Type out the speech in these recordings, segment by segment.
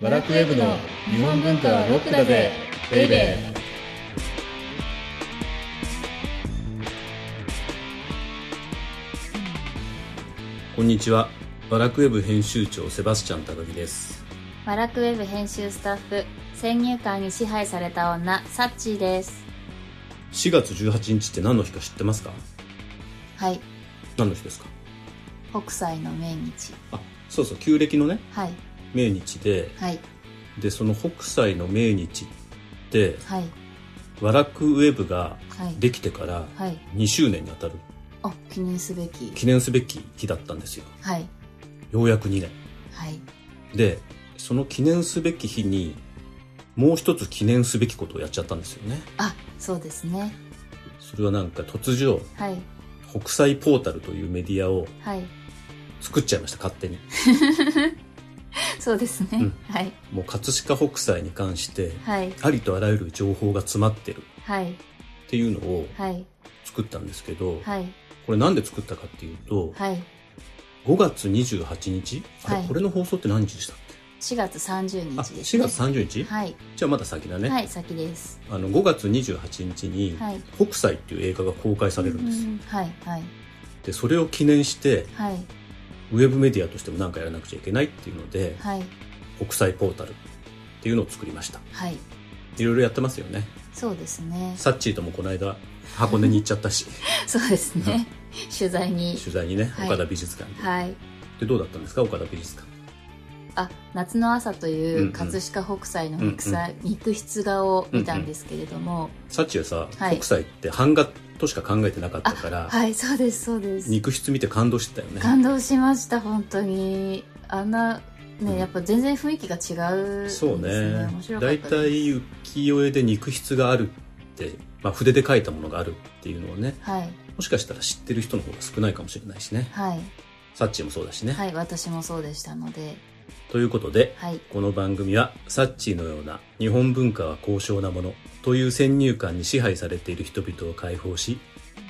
ワラクウェブの日本文化はロックだぜベイベーこんにちは。バラクウェブ編集長セバスチャン高木です。ワラクウェブ編集スタッフ先入観に支配された女サッチーです4月18日って何の日か知ってますかはい何の日ですか北斎の命日あ、そうそう、旧暦のね、はい命日で、はいで、その北斎の命日って、はいワラクウェブがはいできてからはい2周年にあたるあ記念すべき記念すべき日だったんですよ。はいようやく2年。はいで、その記念すべき日に、もう一つ記念すべきことをやっちゃったんですよね。あそうですねそれはなんか突如、はい北斎ポータルというメディアをはい作っちゃいました、勝手に。そうですね、うんはいもう葛飾北斎に関してはいありとあらゆる情報が詰まってるはいっていうのをはい作ったんですけど、はいこれなんで作ったかっていうと、はい5月28日あれ、はいこれの放送って何日でしたっけ4月30あ日です、 4ね、月30日、はい、じゃあまだ先だね、はい先ですあの5月28日に、はい北斎っていう映画が公開されるんです、うんはいはいでそれを記念してはいウェブメディアとしても何かやらなくちゃいけないっていうので、はい北斎ポータルっていうのを作りましたはいいろいろやってますよねそうです ねサッチーともこの間箱根に行っちゃったしそうですね取材に取材にね、はい岡田美術館にはいでどうだったんですか岡田美術館あ夏の朝というんうんう葛飾北斎の肉さ、肉筆画を見たんですけれども、サチはさ、はい北斎って版画としか考えてなかったから、はいそうですそうです肉筆見て感動してたよね感動しました本当にあんなね、うんやっぱ全然雰囲気が違うんですそうね面白かっ大た体浮世絵で肉筆があるって、まあ、筆で描いたものがあるっていうのをねはいもしかしたら知ってる人の方が少ないかもしれないしねはいサッチーもそうだしね、はい私もそうでしたのでということではいこの番組はサッチーのような日本文化は高尚なものという先入観に支配されている人々を解放し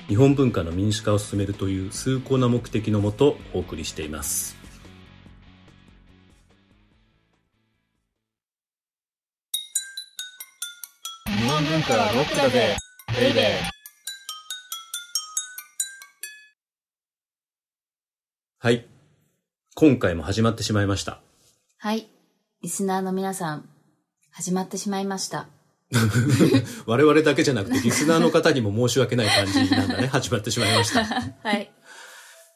日本文化の民主化を進めるという崇高な目的のもとお送りしています日本文化はロックだぜベイベーはい今回も始まってしまいましたはいリスナーの皆さん始まってしまいました我々だけじゃなくてリスナーの方にも申し訳ない感じな んだね始まってしまいましたはい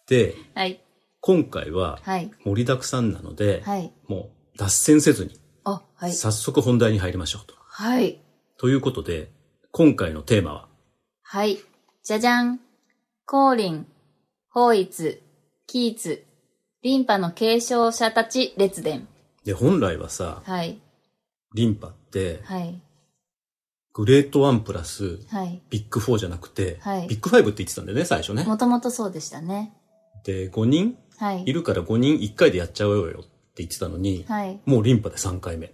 ではい今回ははい盛りだくさんなので、はいもう脱線せずにあはい早速本題に入りましょうと、はいということで今回のテーマははい。じゃじゃん。降臨、法一、キーツ、リンパの継承者たち列伝。で本来はさはい。リンパって、はい。グレートワンプラス、はい。ビッグフォーじゃなくて、はいビッグファイブって言ってたんだよね、最初ね。もともとそうでしたね。で、5人はい。いるから5人1回でやっちゃおうよって言ってたのに、はい。もうリンパで3回目。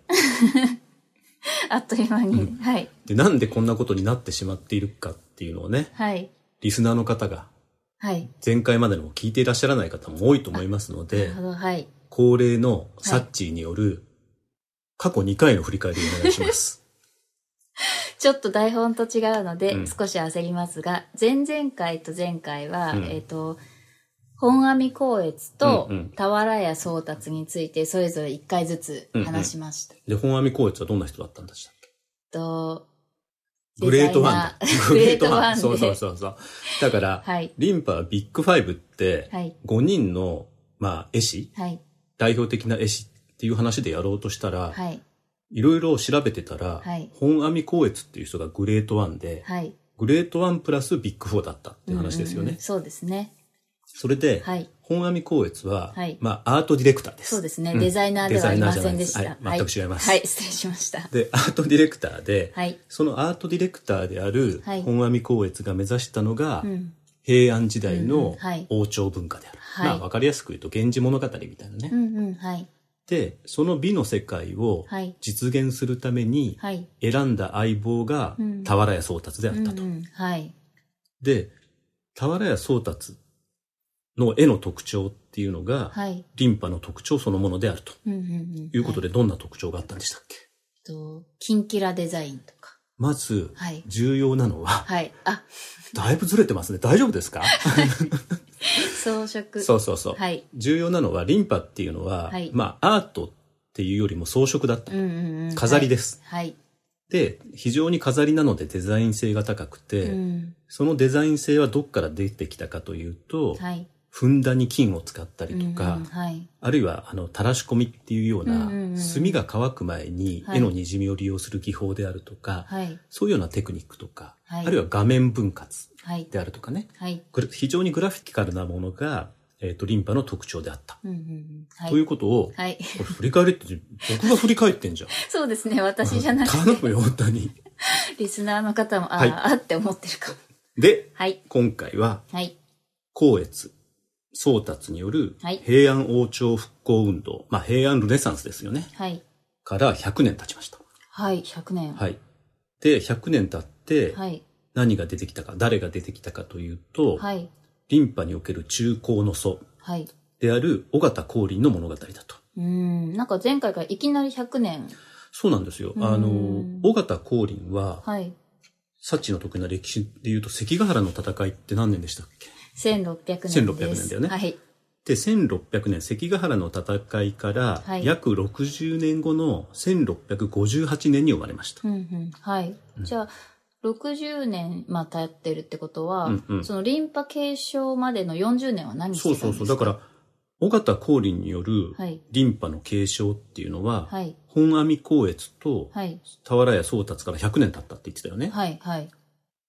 あっという間に。うんはい。で、なんでこんなことになってしまっているかっていうのをね、はい。リスナーの方がはい。前回までのも聞いていらっしゃらない方も多いと思いますのなでる、ほど。はい。恒例のサッチーによる過去2回の振り返りをお願いします。 ちょっと台本と違うので、うん少し焦りますが、前々回と前回は、うんえっ、と、本阿弥光悦とうんうん俵屋宗達についてそれぞれ1回ずつ話しました。で、本阿弥光悦はどんな人だったんでしたっけと、グレートワンだデザイナーグレートワンで。そうそうそうそう。だから、はい。リンパはビッグファイブって、はい。 5人の、まあ、絵師、はい。代表的な絵師っていう話でやろうとしたら、はい。い、ろいろ調べてたら、はい本阿弥光悦っていう人がグレートワンで、はい。グレートワンプラスビッグフォーだったっていう話ですよね。うんうんうんそうですね。それで、はい。本阿弥光悦は、はいまあ、アートディレクターです。そうですね。うんデザイナーではありませんでデしザイナーたじゃ。ないですはい全く違いますはい。失礼しました。で、アートディレクターで、はい。そのアートディレクターであるはい本阿弥光悦が目指したのが、うん。平安時代うんうんのはい王朝文化である。はいまあ、わかりやすく言うと、源氏物語みたいなね。うんうん。はい。で、その美の世界をはい。実現するために、はい。選んだ相棒がうん俵屋宗達であうっんうたと。ん。はい。で、俵屋宗達の絵の特徴っていうのが、はい。リンパの特徴そのものであるとうんうんうん。いうことで。で、どんな特徴があったんでしたっけと、キンキラデザインとか。まず、はい。重要なのは、はい。あ、だいぶずれてますね。大丈夫ですか装飾。そうそうそう。はい。重要なのは、リンパっていうのは、はいまあ、アートっていうよりも装飾だった。うんうんうん。飾りです、はい。で、非常に飾りなのでデザイン性が高くて、はい。うん。そのデザイン性はどっから出てきたかというと、はい。ふんだんに金を使ったりとか、うんうんはい。あるいは、あの、垂らし込みっていうような、うんうんうん墨が乾く前にはい絵のにじみを利用する技法であるとか、はい。そういうようなテクニックとか、はいあるいは画面分割はい。であるとかね、はい。これ非常にグラフィカルなものが、えっ、と、リンパの特徴であった。うんうんうん。はい。ということを、はい。 これ振り返れって、僕が振り返ってんじゃん。そうですね。私じゃなく頼て、むよ、本当に。リスナーの方も、あはいーあって思ってるかも。で、はい。今回は、はい。光悦、宗達によるはい平安王朝復興運動、まあ平安ルネサンスですよね、はい。から100年経ちました。はい。100年。ははい。で、100年経ってい。、はい。何が出てきたか、誰が出てきたかというと、はい。リンパにおける中高の祖である尾形光琳の物語だと。うん。なんか前回からいきなり100年。そうなんですよ。うんあの、尾形光琳は、はい。サッチの得意な歴史で言うと、関ヶ原の戦いって何年でしたっけ1600年です。 1600年だよねはい。で、1600年、関ヶ原の戦いからは、い約60年後の1658年に生まれました。うんうん。はい。じゃあ、60年、まあ、経ってるってことは、うんうんそのリンパ継承までの40年は何してそうたそんうですそかう。だから、尾形光琳によるはい。リンパの継承っていうのは、はい。本阿弥光悦とはい。俵屋宗達から100年経ったって言ってたよね。はい。はい。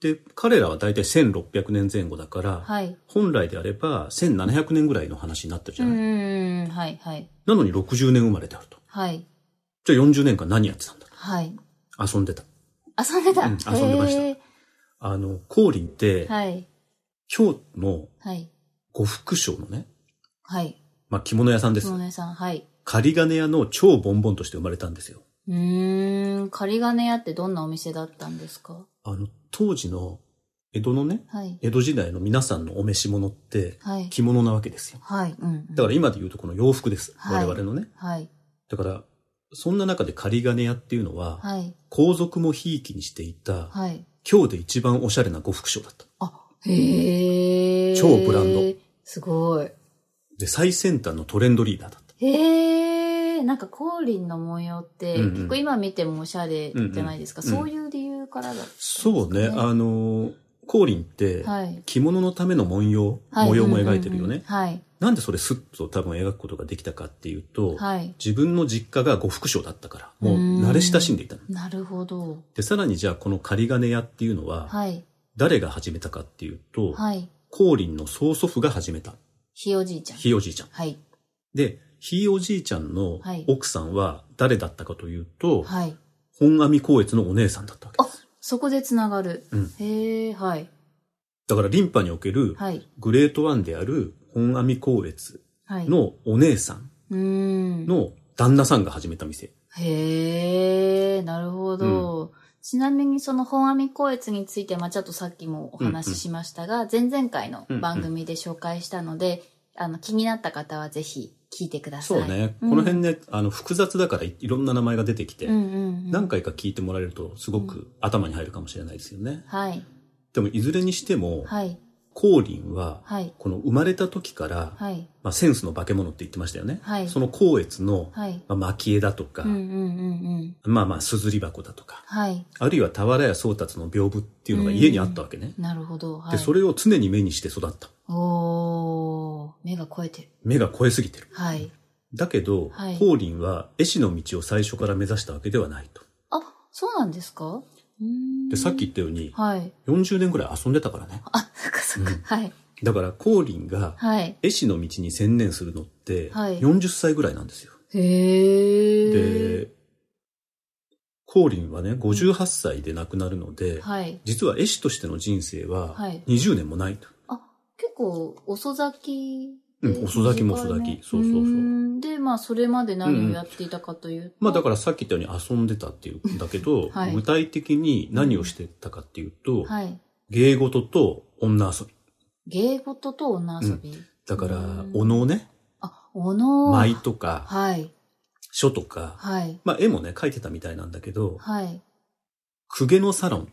で、彼らは大体1600年前後だから、はい。本来であれば1700年ぐらいの話になってるじうゃんなうい、んうん。はい。はい。なのに60年生まれてあると。はい。じゃあ40年間何やってたんだはい。遊んでた。遊んでた。うん遊んでましたへあの、光琳っーて、はい。京都のはい。呉服商のね、はい。まあ、着物屋さんです下。根さん、はい。仮金屋の超ボンボンとして生まれたんですよ。うーん。仮金屋ってどんなお店だったんですかあの、当時の江戸のね、はい。江戸時代の皆さんのお召し物ってはい。着物なわけですよ。はい。うんうん。だから今で言うとこの洋服です。はい我々のね。はい。だから、そんな中で仮金屋っていうのは、はい。皇族もひいきにしていた、はい。今日で一番おしゃれな呉服商だった。へー超ブランド。すごい。で、最先端のトレンドリーダーだった。へえ、なんか光琳の模様って、うんうん結構今見てもおしゃれじゃないですか。うんうんそういう理由からだったんですかそうね、あの、光琳って、はい。着物のための文様、はい模様も描いてるよね。うんうんうんはい。なんでそれスッと多分描くことができたかっていうと、はい。自分の実家が呉服商だったから、もううーん慣れ親しんでいたの。なるほど。で、さらにじゃあこの仮金屋っていうのは、はい。誰が始めたかっていうと、はい。光琳の曽祖父が始めた。ひいおじいちゃん。ひいおじいちゃん。はい。で、ひいおじいちゃんのはい奥さんは誰だったかというと、はい。本阿弥光悦のお姉さんだったわけあ、そこでつながる。うんへえ、はい。だからリンパにおけるはい。グレートワンである本阿弥光悦はい。のお姉さんうーん。の旦那さんが始めた店。へえ、なるほど。ちなみにその本阿弥光悦について、まあちょっとさっきもお話ししましたが、前々回の番組で紹介したので、あの、気になった方はぜひ聞いてくださそい。うね。この辺ね、あの、複雑だからいいろんな名前が出てきて、うんうんうん。何回か聞いてもらえるとすごく頭に入るかもしれないですよね。はい。でもいずれにしても、はい。光琳は、はい。この生まれた時から、はい。まあ、センスの化け物って言ってましたよね。はいその光悦の、はい。まあ、蒔絵だとか、うんうんうんうん。まあまあ、すずり箱だとか、はい。あるいは俵屋宗達の屏風っていうのが家にあったわけね。なるほど。はい。で、それを常に目にして育った。おー、目が超えてる。目が超えすぎてる。はい。だけど、はい光琳は絵師の道を最初から目指したわけではないと。あ、そうなんですかうーんで、さっき言ったように、はい。 40年ぐらい遊んでたからね。あ、そっかそっか。うんはい。だから、光琳がはい。絵師の道に専念するのって、はい40歳ぐらいなんですよ。へえ。で、光琳はね、58歳で亡くなるので、はい。実は絵師としての人生ははい20年もないと。あ、結構遅咲き。うん遅咲きも遅咲き短いねそうそうそーうんで、まあ、それまで何をやっていたかというと。まあだからさっき言ったように遊んでたっていうんだけど、はい具体的に何をしてたかっていうと、はい。芸事と女遊び。芸事と女遊び。だからうん、おのをね、あ、おの舞とか、はい、書とか、はい、まあ絵もね、描いてたみたいなんだけど、はい、公家のサロン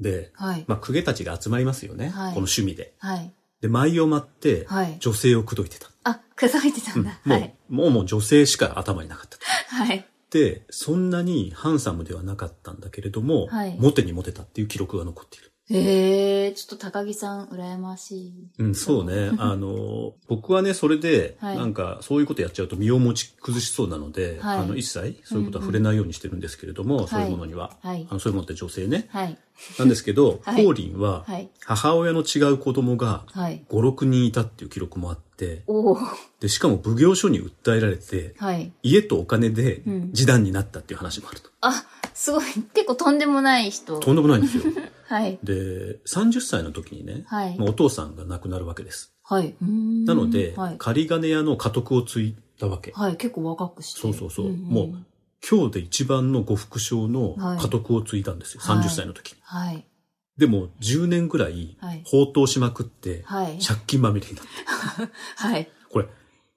で、はい、まあ公家たちが集まりますよね。はいこの趣味で。はい、で、舞を舞って、はい。女性を口説いてた。あ、くどいてたうんんだ。もはうい、、もうもう女性しか頭になかったと。はい。で、そんなにハンサムではなかったんだけれども、はいモテにモテたっていう記録が残っている。ええちょっと高木さん、羨ましい。うん、そうね。 あの、僕はね、それで、はいなんか、そういうことやっちゃうと身を持ち崩しそうなので、はいあの、一切、そういうことは触れないようにしてるんですけれども、そういうものには。はいあ。のそういうものって女性ね。はい。なんですけど、 はい光琳は、はい。母親の違う子供がはい。 5、6人いたっていう記録もあって、おお。で、しかも奉行所に訴えられて、はい。家とお金でうん示談になったっていう話もあると。あ、すごい。結構とんでもない人。とんでもないんですよ。はい。で、30歳の時にね、はいまあお父さんが亡くなるわけです。はい。うーんなので、はい。仮金屋の家督を継いだわけ。はい。結構若くして。そうそうそう。んんもう、今日で一番の呉服商の家督を継いだんですよ。はい30歳の時に。はい。でも、10年ぐらいはい、放蕩しまくって、はい。借金まみれになって。はい。これ、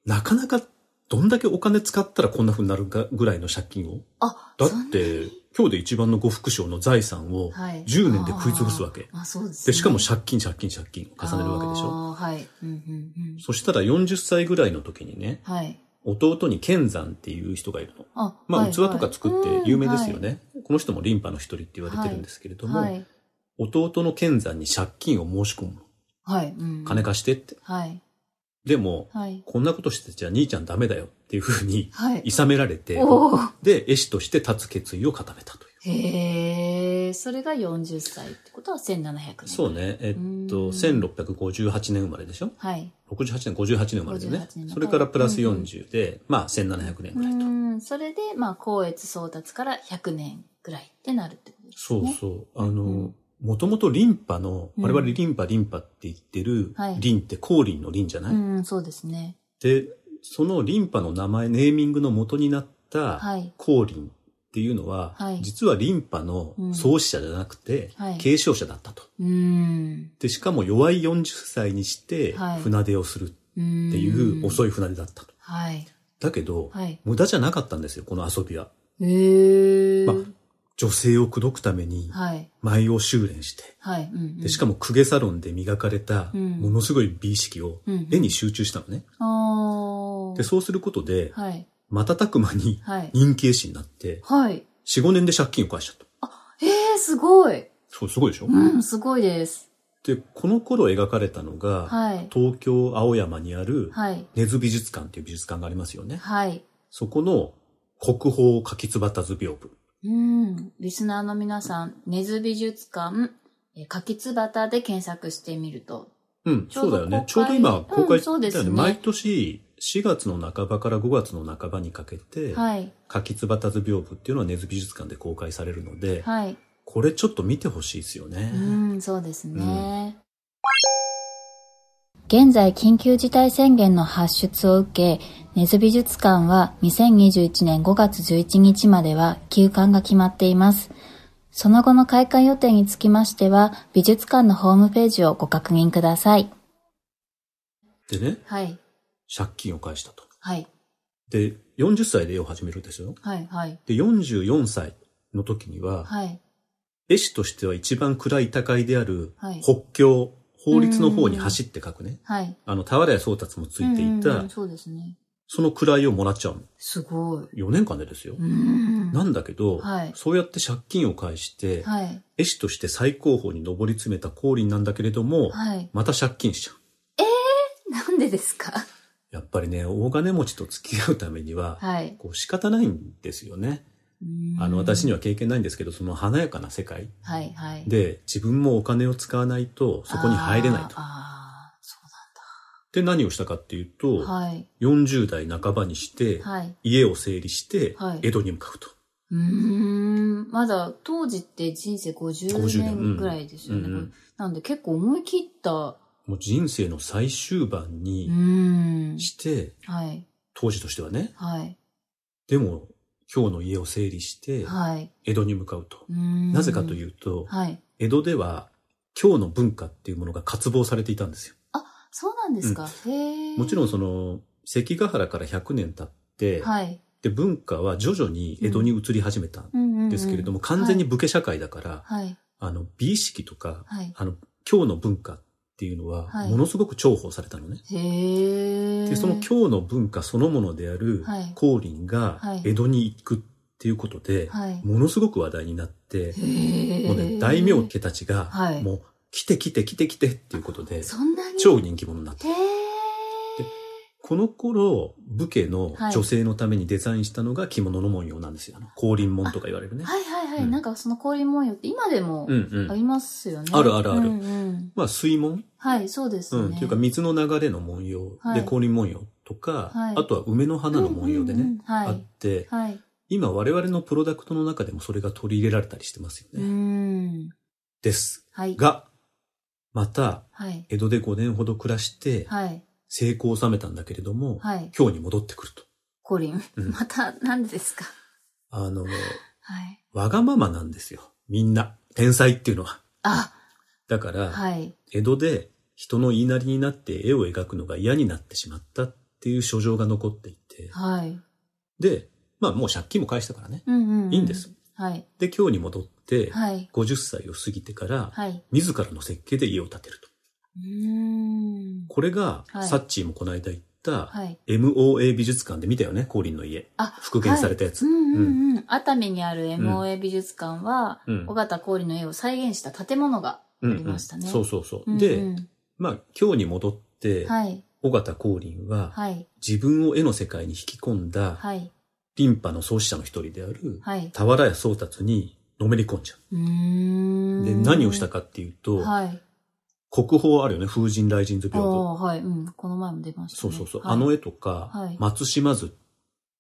なかなか、どんだけお金使ったらこんな風になるかぐらいの借金を。あ、だっそんなて、今日で一番の呉服商の財産を、はい。 10年で食い潰すわけ。あー。あ、そうです、ね。で、しかも借金、借金、借金を重ねるわけでしょ。あーはい。うんうんうん。そしたら40歳ぐらいの時にね、はい。弟に剣山っていう人がいるの。あ、まはあ、い器とか作って有名ですよ。はいね。この人もリンパの一人って言われてるんですけれどうんも、はい。弟の剣山に借金を申し込むの。はい。うん金。貸してって。はい。でも、はい。こんなことしてちゃ兄ちゃんダメだよっていうふうに、はい。諌められて、おーで、絵師として立つ決意を固めたという。へえ、それが40歳ってことは1700年。そうね。えっうと、1658年生まれでしょはい。 68年、58年生まれでね58年。それからプラスはい40で、まあ1700年うぐらいと。ん、それで、まあ、光悦宗達から100年ぐらいってなるってことですそうね。そう。あの、うんもともとリンパの、うん我々リンパリンパって言ってるはい、リンって光輪のリンじゃない、うん、そうですね。で、そのリンパの名前、ネーミングの元になったはい。光輪っていうのは、はい実はリンパの創始者じゃなくて、はい継承者だったと。うん。で、しかも弱い40歳にしてはい、船出をするっってていうい。遅い船出だったと。はい。だけど、はい。無駄じゃなかったんですよ、この遊びは。へえ。まあ女性を口説くために、はい。舞を修練して、はい。うん、うん。でしかも、も公家サロンで磨かれた、うんものすごい美意識をうん、絵に集中したのね。ああ。で、そうすることで、はい。瞬く間にはい。任慶師になって、はい。 4、5年で借金を返しちゃった。ええすごい。そう、すごいでしょ、うん、すごいです。で、この頃描かれたのが、はい。東京青山にある、はい。根津美術館っていう美術館がありますよね。はい。そこの国宝柿つばた図屏風。うん。リスナーの皆さん、根津美術館、えー柿つばたで検索してみると。うん、ちょそううどだよね。ちょ公うど開今公う開んそうですねだよ毎年4月の半ばから5月の半ばにかけて、はい。柿つばた図屏風っていうのは根津美術館で公開されるので、はい。これちょっと見てほしいですよねう。ん、そうですね。現在、緊急事態宣言の発出を受け、根津美術館は2021年5月11日までは休館が決まっています。その後の開館予定につきましては、美術館のホームページをご確認ください。でね、はい、借金を返したと。はい、で、40歳で絵を始めるんですよ。はい、はい、で、44歳の時には、はい、絵師としては一番暗い高いであるはい、北境、法律の方に走って書くね。はい。あの、俵屋宗達もついていうんうんうたん、そうですね。その位をもらっちゃうの。すごい。 4年間でですよ。うんなんだけど、はいそうやって借金を返して、はい、絵師として最高峰に上り詰めた光琳なんだけれども、はい。また借金しちゃう。なんでですかやっぱりね、大金持ちと付き合うためには、はい。こう仕方ないんですよね。あの、私には経験ないんですけど、その華やかな世界はいはい。で自分もお金を使わないとそこに入れないと。あーあー、そで、何をしたかっていうと、うなんだ。はい。 40代半ばにして、はい。家を整理してはい、江戸に向かうと。うーん。まだ、当時って人生50 50年うん年ぐらいですよね。うんうんなんで結構思い切った。もう人生の最終盤うにーん。して、はい。当時としてはね、はい。でも、今日の家を整理して、はい。江戸に向かうと。ななぜかといううと、はい。江戸では、今日の文化っていうものが渇望されていたんですよ。そうなんですか。へえ。もちろん。んその関ヶ原から100年経って、はい。で文化は徐々に江戸に移り始めたんうんうん、うん。ですけれども、完全に武家社会だから、はい。あの美意識とか、はい。あの今日の文化っていうのははいものすごく重宝されたのね。へえ。でその今日の文化そのものであるはい光琳がはい江戸に行くっていうことで、はい。ものすごく話題になって、へえ。もうね、大名家たちが、はいもう来て来て来て来てっていうことで、そんなに超人気者になった。へえ。この頃、武家のはい女性のためにデザインしたのが着物の文様なんですよ。あの光琳紋とか言われるね。はいはいはい。うんなんかその氷文様って今でもうんうあん。りますよね。あるあるあるうんうんまあ、水紋、はい、そうですうね。ん、っていうか水の流れの文様はいで光琳紋様とか、はいあとは梅の花の文様でね、うんうんうんはあっい。て、はい。今我々のプロダクトの中でもそれが取り入れられたりしてますようね。ん。ですはい。が、また、はい。江戸で5年ほど暮らして、はい。成功を収めたんだけれども、はい。今日に戻ってくると。コリン。うんまた、何ですかあの、はい。わがままなんですよ。みんな。天才っていうのは。あ、だから、はい。江戸で人の言いなりになって絵を描くのが嫌になってしまったっていう書状が残っていて、はい。で、まあもう借金も返したからね。うんうん、うん。いいんです。はい。で、今日に戻って、はい。 50歳を過ぎてから、はい。自らの設計で家を建てると。うーん。これが、はいサッチーもこの間行った、はい。 MOA 美術館で見たよね、光琳の家。あ復元されたやつ。うんうんうん。熱海にある MOA 美術館は、うん尾形氷の絵を再現した建物があうんりましたね。そうそうそう。うんうんで、まあ今日に戻って、はい。尾形光琳は、はい。自分を絵の世界に引き込んだ、はい。リンパの創始者の一人である、はい。俵屋宗達にのめり込んじゃうう。ーん。で、何をしたかっていうと、はい。国宝あるよね、風神雷神図屏あ風。あ、はい。うん。この前も出ました、そうね。そうそう。はいあの絵とか、はい松島図っ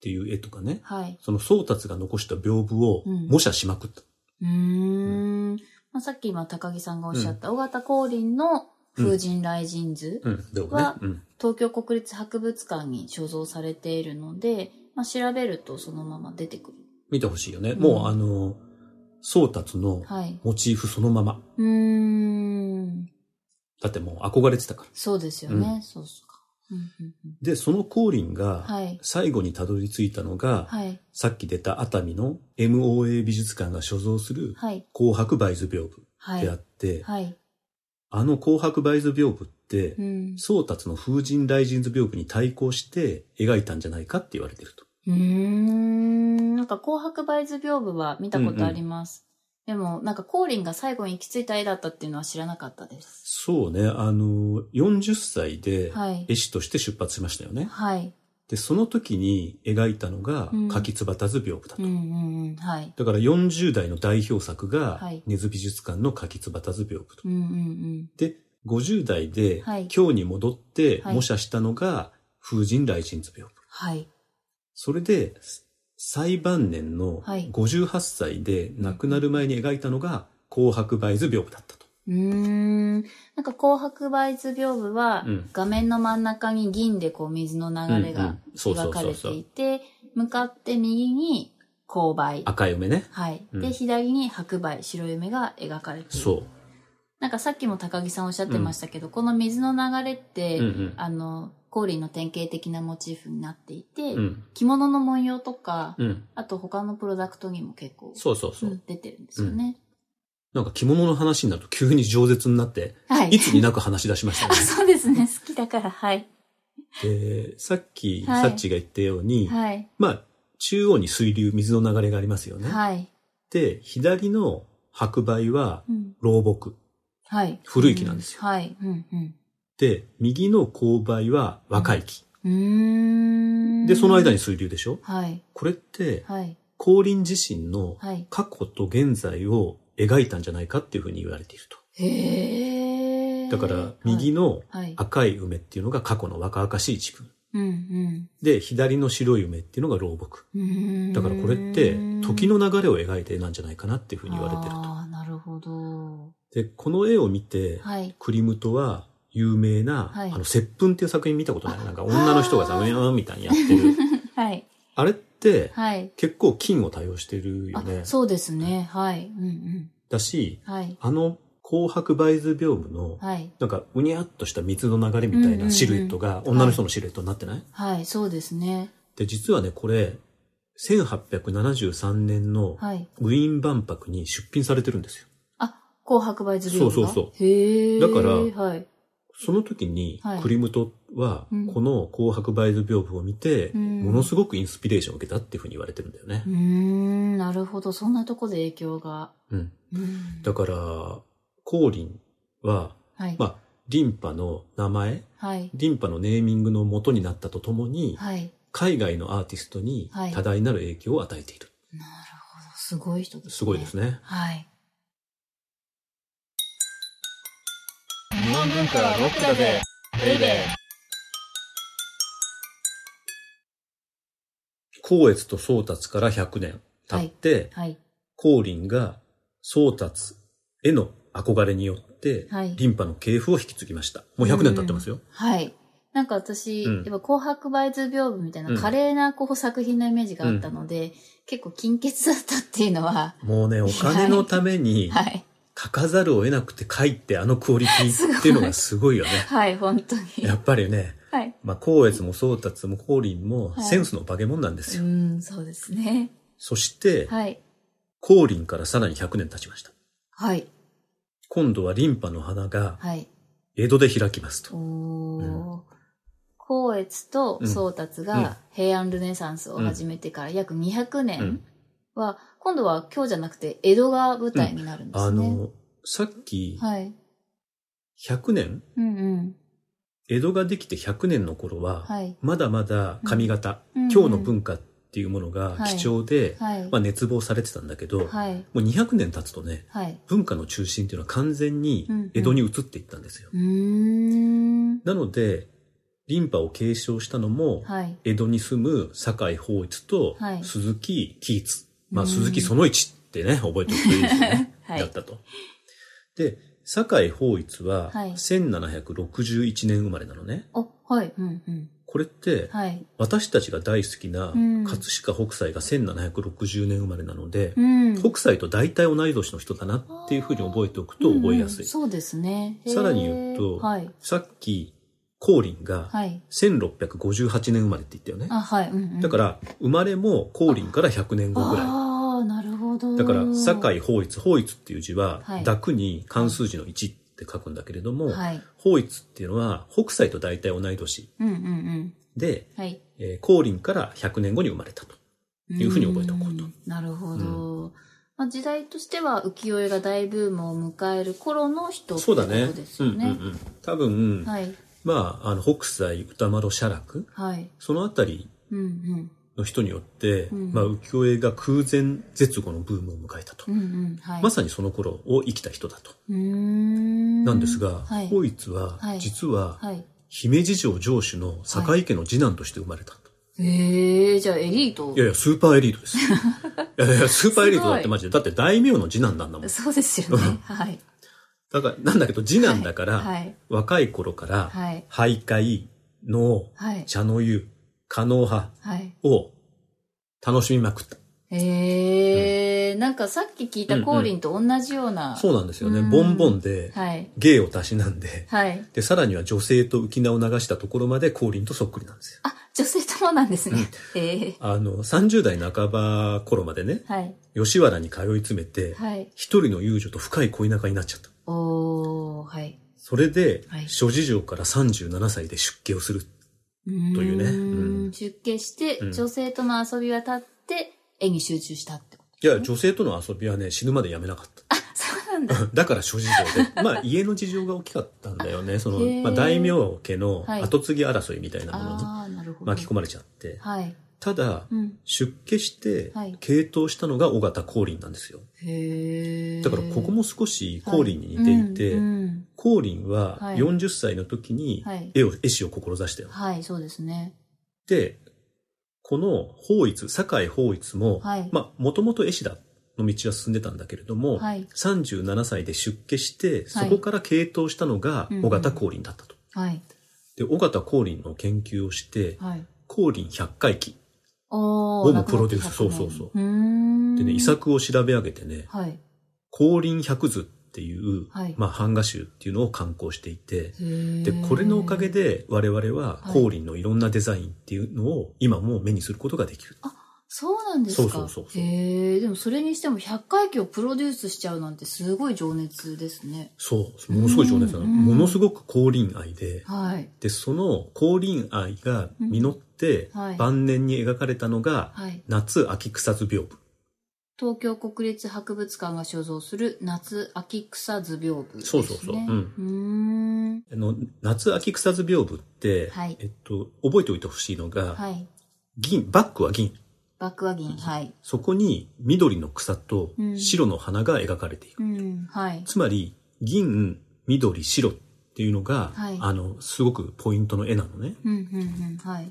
ていう絵とかね、はい。その宗達が残した屏風をうん模写しまくった。うーん。まあ、さっき今高木さんがおっしゃった、尾形光琳の風神雷神図、うん、でもねは。うん。東京国立博物館に所蔵されているので、まあ、調べるとそのまま出てくる。見てほしいよね。うんもうあの、宗達のはい。モチーフそのまま。うーん。だってもう憧れてたから。そうですよね。うそうっすか。うんうんうんで、その光琳が、はい。最後にたどり着いたのが、はい。さっき出た熱海の MOA 美術館が所蔵するはい。紅白梅図屏は風であっい。て、はい。あの紅白梅図屏風ってう、ん。宗達の風神雷神図屏風に対抗して描いたんじゃないかって言われてると。うーん。なんか紅白梅図屏風は見たことあります。でも、なんか光琳が最後に行き着いた絵だったっていうのは知らなかったです。そうね、あの、40歳ではい。絵師として出発しましたよね。はい。で、その時に描いたのがうん、柿つばた図屏風だと。うんうんうん。はい。だから40代の代表作がはい、根津美術館の柿つばた図屏風と。うんうんで、50代で、はい今日に戻ってはい模写したのが、風神雷神図屏風。はい。それで、最晩年のはい58歳で亡くなる前に描いたのが、紅白梅図屏風だったと。うーん。なんか紅白梅図屏風はうん、画面の真ん中に銀でこう水の流れうんうがんそうそ描うかそれうそ。ていうて、向かって右に紅梅。赤い梅ね。はい。うんで、左に白梅、白い梅が描かれている。そなんかさっきも高木さんおっしゃってましたけど、この水の流れって、う。うんうん。あの、氷の典型的なモチーフになっていて、うん。着物の文様とか、うん。あと他のプロダクトにも結構そうそうそう。うん出てるんですよね。なんか着物の話になると急に饒舌になって、はい。いつになく話し出しましたあ、ね。そうですね。好きだから、はい。で、さっき、はいサッチが言ったように、はい。まあ、中央に水流、水の流れがありますよね。はい。で、左の白梅はうん。老木。はい。古い木なんですようはい。うん、うん。で、右の勾梅は若い木。うーん。で、その間に。水流でしょはい。これって、はい。光琳自身のはい。過去と現在を描いたんじゃないかっていうふうに言われていると。へー。だから、右の。のはい。赤い梅っていうのが過去の若々しい自分。うん、で、左の白い梅っていうのが老木。うん。うーんだからこれって、時の流れを描いた絵なんじゃないかなっていうふうに言われてるああ、なるほど。と。で、この絵を見て、はい。クリムトは有名な、はいあの、接吻っていう作品見たことないなんか女の人がさ、うやーんみたいにやっ てる。はい。あれって、はい。結構金を多用してるよあね。そうですね。はい。うんうん。だし、はい。あの、紅白バイズ屏風の、はい。なんか、うにゃっとした水の流れみたいうんうんうなんシルエットが、女の人のシルエットになってない、はい、そうですね。で、実はね、これ、1873年のはい。ウィーン万博に出品されてるんですよ。あ、紅白梅ズビーそうそうう。へえ。だからはい。その時にはい、クリムトはうん、この紅白バイズ屏風を見て、うんものすごくインスピレーションを受けたっていうふうに言われてるんだよねうー。ん、なるほど。そんなとこで影響が。うん。うん。だから、光琳は、はい。まあ、リンパの名前、はい。リンパのネーミングの元になったとともに、はい。海外のアーティストにはい多大なる影響を与えている。なるほど。すごい人ですね。すごいですね。ね。はい。日本文化はロックだぜベイベー光悦と宗達から100年経って、はい。光琳が宗達への憧れによって、はいリンパの系譜を引き継ぎました。もう100年経ってますよ。はい。なんか私、うんやっぱ紅白梅図屏風みたいうんな華麗なこう作品のイメージがあったので、結構金欠だったっていうのは、もうね、お金のためにはい。書かざるを得なくて書いてあのクオリテ ィっていうのがすごいよね。はい、本当に。やっぱりね、はい。まあ、光悦も宗達も光琳もはいセンスの化け物なんですうよ。ん、そうですね。そして、はい。光琳からさらに100年経ちました。はい。今度はリンパの花がはい。江戸で開きますと。おー。光悦と宗達うんが平安ルネサンスを始めてから約200う年んは、今度は今日じゃなくて江戸が舞台になるんであすね。の、さっき、はい。 100年、うんうん。江戸ができて100年の頃は、はい。まだまだ髪型、うんうん今日の文化っていうものが貴重で、はいま。あ、熱望されてたんだけど、はい。もう200年経つとね、はい。文化の中心っていうのは完全にうんうん江戸に移っていったんですよ。うーん。なので、リンパを継承したのも、はい。江戸に住む酒井法一とはい鈴木喜一、まあ、うん鈴木その一ってね覚えておくといいですよね、 はいだったとで酒井法一ははい1761年生まれなのねお、はい。うんうん。これってはい。私たちが大好きなうん葛飾北斎が1760年生まれなので、うん。北斎と大体同い年の人だなっていうふうに覚えておくと覚えやうんすい、うんそうですね。へーさらに言うとはい。さっき光琳がはい。 1658年生まれって言ったよね、あ、はい。うんうん、、だからら生まれも光琳から100年後ぐらいああ、なるほど。だから、堺法一、法一っていう字はは、い濁に漢数字の1って書くんだけれども、はい。法一っていうのは、北斎と大体同い年うんうんうん。で、はい。えー光琳から100年後に生まれたと。いうふうに覚えておこうとん。なるほど。まあ、時代としては浮世絵が大ブームを迎える頃の人ってこそうだとね。ですよね。うんうんうん。多分、はい。まあ、あの、北斎、歌丸、写楽、はい。そのあたりうんうん。の人によって、うんまあ、浮世絵が空前絶後のブームを迎えたと。うんうん。はい。まさにその頃を生きた人だと。うーん。なんですが、はい。法一はは、い実は、はい。姫路城城主の堺家の次男として生まれたと。へえ、じゃあエリートいやいや、スーパーエリ ートです。いやいや、スーパーエリートだっすてごいマジで。だって大名の次男なんだもん。そうですよね。はい。だから、なんだけど、次男だから、はい。若い頃から、はい。徘徊、能、はい。茶の湯、可能派はい。を楽しみまくった。へえ、なんかさっき聞いたうんうんコーリンと同じような。そうなんですよね。うんボンボンで、はい。芸をたしなんで、はい。で、さらには女性と浮き名を流したところまで光琳とそっくりなんですよ。あ、女性ともなんですね。へえ。あの、30代半ば頃までね、はい。吉原に通い詰めて、はい。一人の遊女と深い恋仲になっちゃった。おー、はい。それで、はい諸事情から37歳で出家をする。といというねうん出家して、うん女性との遊びは立って、絵に集中したってこと。いや、女性との遊びはね、死ぬまでやめなかった。 そうなんだ。だから諸事情で。まあ、家の事情が大きかったんだよね。そのへ、ーまあ、大名家のはい後継ぎ争いみたいなものにあー、なるほど。巻き込まれちゃって。はい。ただ、うん。出家してはい、傾倒したのが尾形光琳なんですよ。へーだから、ここも少し光琳に似ていて、はいうんうん光琳ははい40歳の時にはい絵を、絵師を志したよ。はい、そうですね。で、この法一、堺法一も、はいまあ、もともと絵師だの道は進んでたんだけれども、はい37歳で出家して、そはいこから傾倒したのがうんうん尾形光琳だったと。はい。で、尾形光琳の研究をして、はい。光琳百回忌おをもプロデュース亡くなってそうそうそう100年うーん。でね、遺作を調べ上げてね、はい。光琳百図っっていう、はいまあ、版画集っていうのを刊行していて、でで、これのおかげで我々ははい光琳のいろんなデザインっていうのを今も目にすることができる。そうなんですか。そうそうそうそうへえ、でもそれにしても100回忌をプロデュースしちゃうなんてすごい情熱ですね。そう、ものすごい情熱なの。うんものすごく光琳愛で、はい。で、その光琳愛が実ってうんはい晩年に描かれたのがはい。夏秋草図屏風。東京国立博物館が所蔵する夏秋草図屏風、ですそねうそうそう。う。うんーん。あの、夏秋草図屏風って、はいえっと、覚えておいてほしいのが、はい。銀、バックは銀。バックワギン、はい。そこに緑の草とうん白の花が描かれている。うん。はい。つまり、銀、緑、白っていうのが、はいあの、すごくポイントの絵なのね。うん、うん、うん。はい。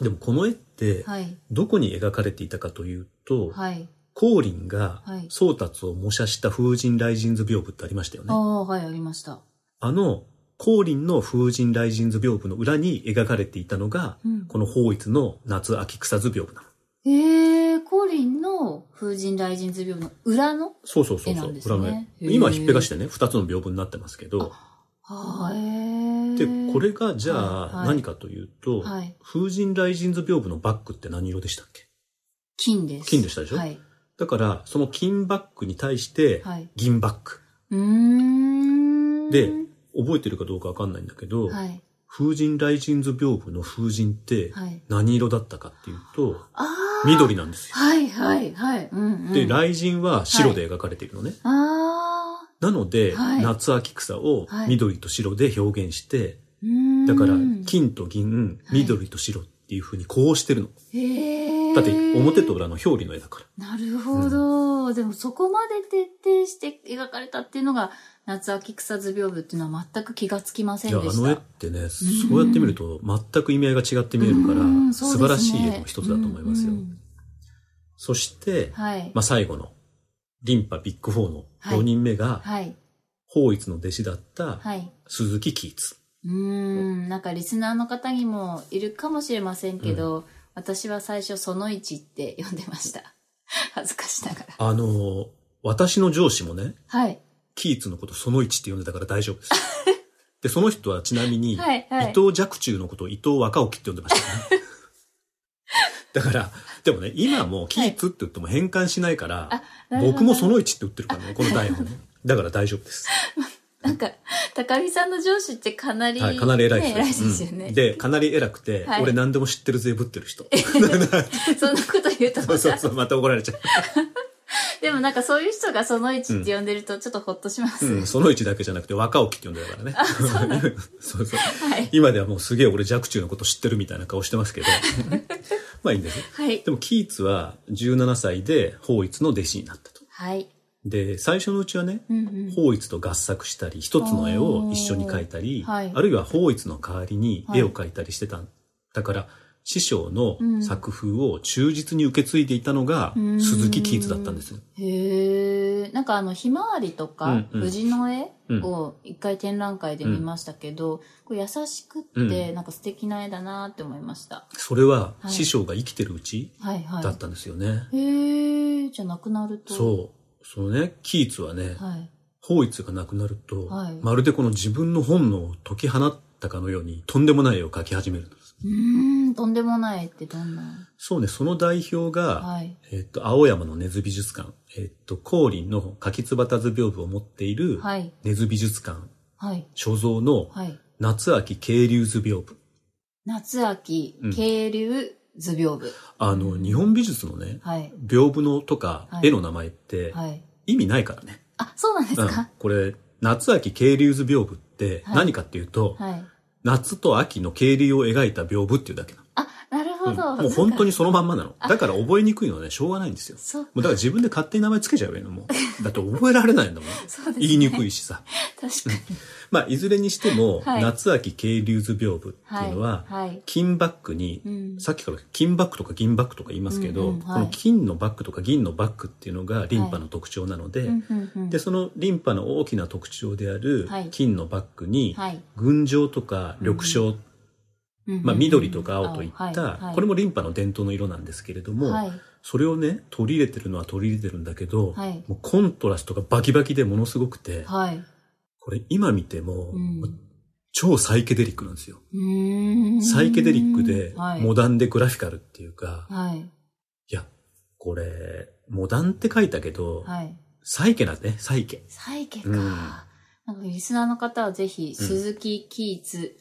でもこの絵って、はい。どこに描かれていたかというと、はい。光琳がはい宗達を模写した風神雷神図屏風ってありましたよねあ。あ、はい、ありました。あの、光琳の風神雷神図屏風の裏に描かれていたのが、うんこの法一の夏秋草図屏風なの。へえ、コリンの風神雷神図屏風の裏のそうそうそう絵な、そうんですね裏の絵。へー今ひっぺがしてね、二つの屏風になってますけど、はい。へで、えこれがじゃはいあはい何かというと、はい風神雷神図屏風のバッグって何色でしたっけ金です。金でしたでしょはい。だから、その金バッグに対してはい、銀バッうグ。ーん。で、覚えてるかどうかわかんないんだけど、はい。風神雷神図屏風の風神ってはい。何色だったかっていうと、ああ。緑なんですよ。はい、はい、はい。うん、うん。で、雷神は白で描かれているのね。ああ。なので、はい夏秋草をはい緑と白で表現して、うーん。だから、金と銀、はい緑と白っていう風にこうしてるの。へえ。だって、表と裏の表裏の絵だから。なるほど、でもそこまで徹底して描かれたっていうのが夏秋草図屏風っていうのは全く気がつきませいや、んあでしの絵ったてね、そうやって見ると全く意味合いが違って見えるから、うんそう素ですね晴らしい絵の一つだと思いますようんう。んそして、はい、まあ、最後の、リンパビッグ4の5人目が、はい法一の弟子だったはい鈴木キーツ。うーんなんかリスナーの方にもいるかもしれませんけど、私は最初「その一」って呼んでました 恥ずかしながらあのー私の上司もね、はいキーツのことその一って呼んでたから大丈夫 です。で、その人はちなみに、はいはい伊藤若冲のことを伊藤若沖って呼んでましたね。 だから、でもね、今もキーツって言っても変換しないから、なるほど僕もその一って言ってるからね、この台 本ね。だから大丈夫です。なんか高木さんの上司ってかなり、はい、かなり偉いね人偉いですよね、うんで、かなり偉くて、はい俺何でも知ってるぜぶってる人。そんなこと言うとま そうたそうそう、また怒られちゃう。でもなんかそういう人が「その一」って呼んでるとちょっとほっとします、うん、その一だけじゃなくて若沖って呼んでたからね。 そうそう。はい今ではもうすげえ俺若冲のこと知ってるみたいな顔してますけ ど。まあいいんですね。はいでもキーツは17歳で法一の弟子になったと。はいで、最初のうちはね、うんうん法一と合作したり、一つの絵を一緒に描いたり、おーはいあるいは法一の代わりに絵を描いたりしてた。だから、師匠の作風を忠実に受け継いでいたのがうん鈴木キーツだったんですよ。へえんかあのひまわりとうかんうん藤の絵うんを一回展覧会で見ましたけど、これ優しくってなんか素敵な絵だなって思いました、それははい師匠が生きてるうちはいはいだったんですよね。へえじゃなくなるとそう。そのね、キーツはね、はい法一がなくなると、はいまるでこの自分の本能を解き放ったかのように、とんでもない絵を描き始めるんです。うーんとんでもないってどんなそうね、その代表が、はいえっと、青山の根津美術館、えっと、光琳の柿つばた図屏風を持っている、はい根津美術館はい所蔵のはい夏秋渓流図屏風。夏秋うん渓流図屏風、あの、日本美術のね、はい屏風のとか、はい絵の名前って、はい意味ないからね。あそうなんですうんか、、これ、夏秋渓流図屏風ってはい何かっていうと、はい夏と秋の渓流を描いた屏風っていうだけなの。あなるほど、もう本当ににそのまんまなの。だから覚えにくいのはね、しょうがないんですよ。そうもうだから自分で勝手に名前つけちゃえばいいの、もう。だって覚えられないんだもん。そうですね言いにくいしさ。確かにまあ、いずれにしても、はい夏秋渓流図屏風っていうのは、はいはい金バッグに、うんさっきから金バッグとか銀バッグとか言いますけど、うんうんはいこの金のバッグとか銀のバッグっていうのがリンパの特徴なので、うんうんうんで、そのリンパの大きな特徴であるはい金のバッグに、はい群青とか緑青まあ、緑とか青といった、これも、もリンパの伝統の色なんですけれども、はい、それをね、取り入れてるのは取り入れてるんだけど、はい、もうコントラストがバキバキでものすごくて、はい。これ今見ても、うん超サイケデリックなんですよ。うーんサイケデリックで、はい、モダンでグラフィカルっていうか、はい、いや、これ、モダンって書いたけど、はい。サイケなんですね、サイケ。サイケか。うんなんかリスナーの方はぜひ、鈴木キーツ、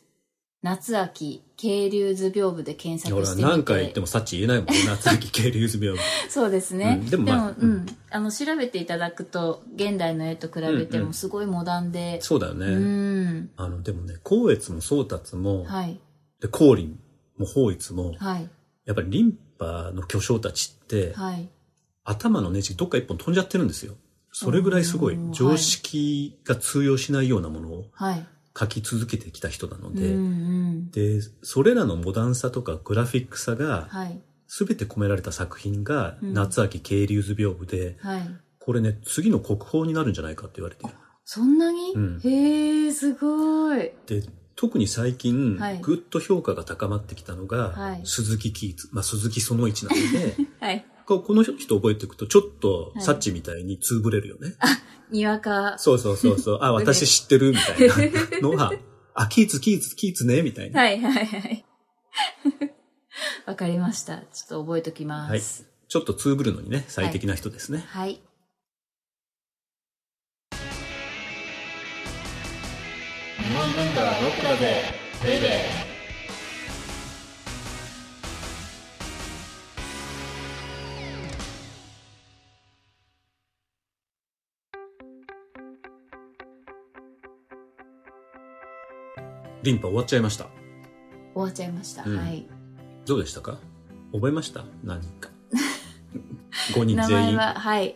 夏秋、渓流図屏風で検い索や俺しはてみて。何回言ってもサッチ言えないもん ね、夏秋系流ズ病。そうですね。うんででもも、まあう。うんあの、調べていただくと、現代の絵と比べてうんうんもすごいモダンで。そうだよね。うん。あの、でもね、光悦も宗達も、はい。で、光琳も法律も、はい。やっぱりリンパの巨匠たちって、はい。頭のネジどっか一本飛んじゃってるんですよ。それぐらいすごいうん常識が通用しないようなものをはい。書き続けてきた人なのうんで、うん。で、それらのモダンさとかグラフィックさがはい。全て込められた作品がうん夏秋渓流図屏風で、はい。これね、次の国宝になるんじゃないかって言われてる。そんなに、うんへえ、すごい。で特に最近、はいぐっと評価が高まってきたのが、はい鈴木キーツ、まあ、鈴木その一なの ではい。こうこの人覚えていくとちょっと、はいサッチみたいにつぶれるよねにわか。そうそうそうそう あ私知ってるみたいなのはあキーツキーツキーツねみたいな、はいはいはい。わかりました。ちょっと覚えときます。ちょっとつぶるのにね最適な人ですね、はい。日本文化はロックだぜベイベーリンパ終わっちゃいました終わっちゃいました。うんはい。どうでしたか覚えました何人か5人名全前員は、はい。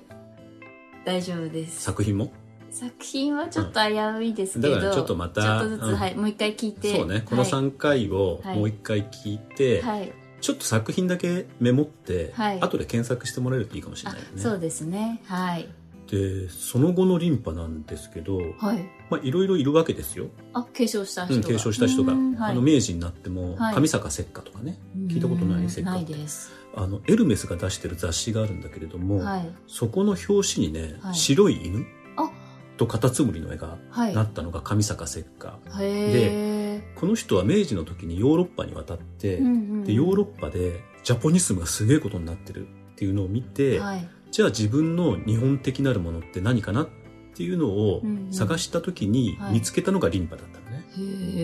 大丈夫です。作品も作品はちょっと危ういですけだど、からちょっとまたちょっとずつ、うんはい、もう一回聞いて。そうねこのはい3回をはいもう1回聞いて、はい。ちょっと作品だけメモって、はい後で検索してもらえるといいかもしれあないよ、ね。そうですね。はい。で、その後のリンパなんですけど、はい。まあいろいろいるわけですよ。あ、継承した人うが。ん、継承した人が。うんはいあの、明治になっても、はい上坂石化とかね、聞いたことなういん石な化いって。です。あの、エルメスが出してる雑誌があるんだけれども、はい。そこの表紙にね、はい白い犬あとカタツムリの絵がはい。なったのが上坂石化。へえ。この人は明治の時にヨーロッパに渡って、で、ヨーロッパでジャポニスムがすげえことになってるっていうのを見て、はい。じゃあ自分の日本的なるものって何かなっていうのをうんうん探した時にはい見つけたのがリンパだったのね、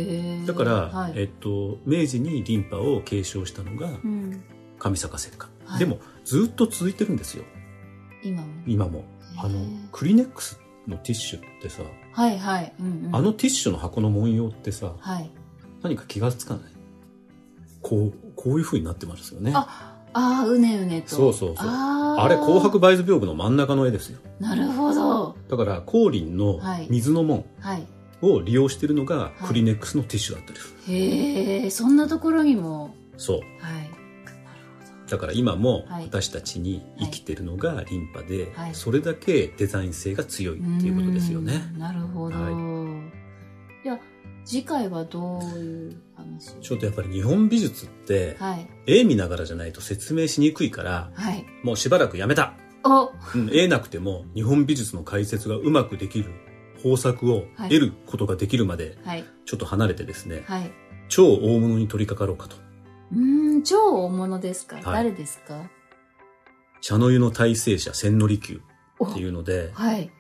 へえ。だから、はいえっと、明治にリンパを継承したのがうん、上坂製菓、はいでもずっと続いてるんですよ今も。今もあへのークリネックスのティッシュってさ、はいはい。うんうん、あのティッシュの箱の文様ってさはい。何か気がつかないこうこういう風になってますよねあああ、うねうねと。そうそうそうあーあれ紅白梅図屏風の真ん中の絵ですよなるほど。だから光琳のはい水の門、はい。を利用しているのがいクリネックスのティッシュだったりする、へえ、そんなところにも。そうはい。だから今もはい私たちに生きてるのがリンパで、はいそれだけデザイン性が強いっていうことですよね、うんなるほど。はいじゃあ、次回はどういう話ちょっとやっぱり日本美術ってはい。絵見ながらじゃないと説明しにくいからはい。もうしばらくや めた、おうん、絵なくても日本美術の解説がうまくできる方策をはい得ることができるまではい。ちょっと離れてですねはい。超大物に取り掛かろうかとうーん、超大物ですか、い誰ですか茶の湯の大成者千利休おっていうのではい。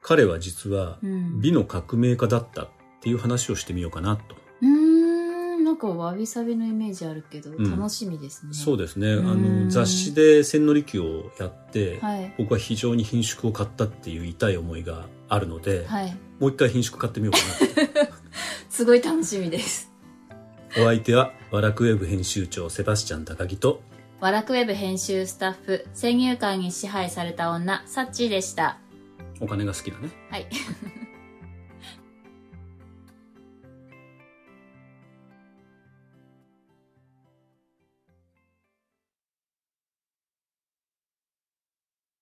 彼は実はうん。美の革命家だったっていう話をしてみようかなと。うーん、なんかわびさびのイメージあるけど、ん楽しみですね。そうですね。あうんの、雑誌で千利休をやって、はい。僕は非常に品種を買ったっていう痛い思いがあるので、はい。もう一回品種買ってみようかなすごい楽しみです。 と。お相手は、ワラクウェブ編集長セバスチャン高木と、ワラクウェブ編集スタッフ、先入観に支配された女、サッチーでした。お金が好きなね。はい。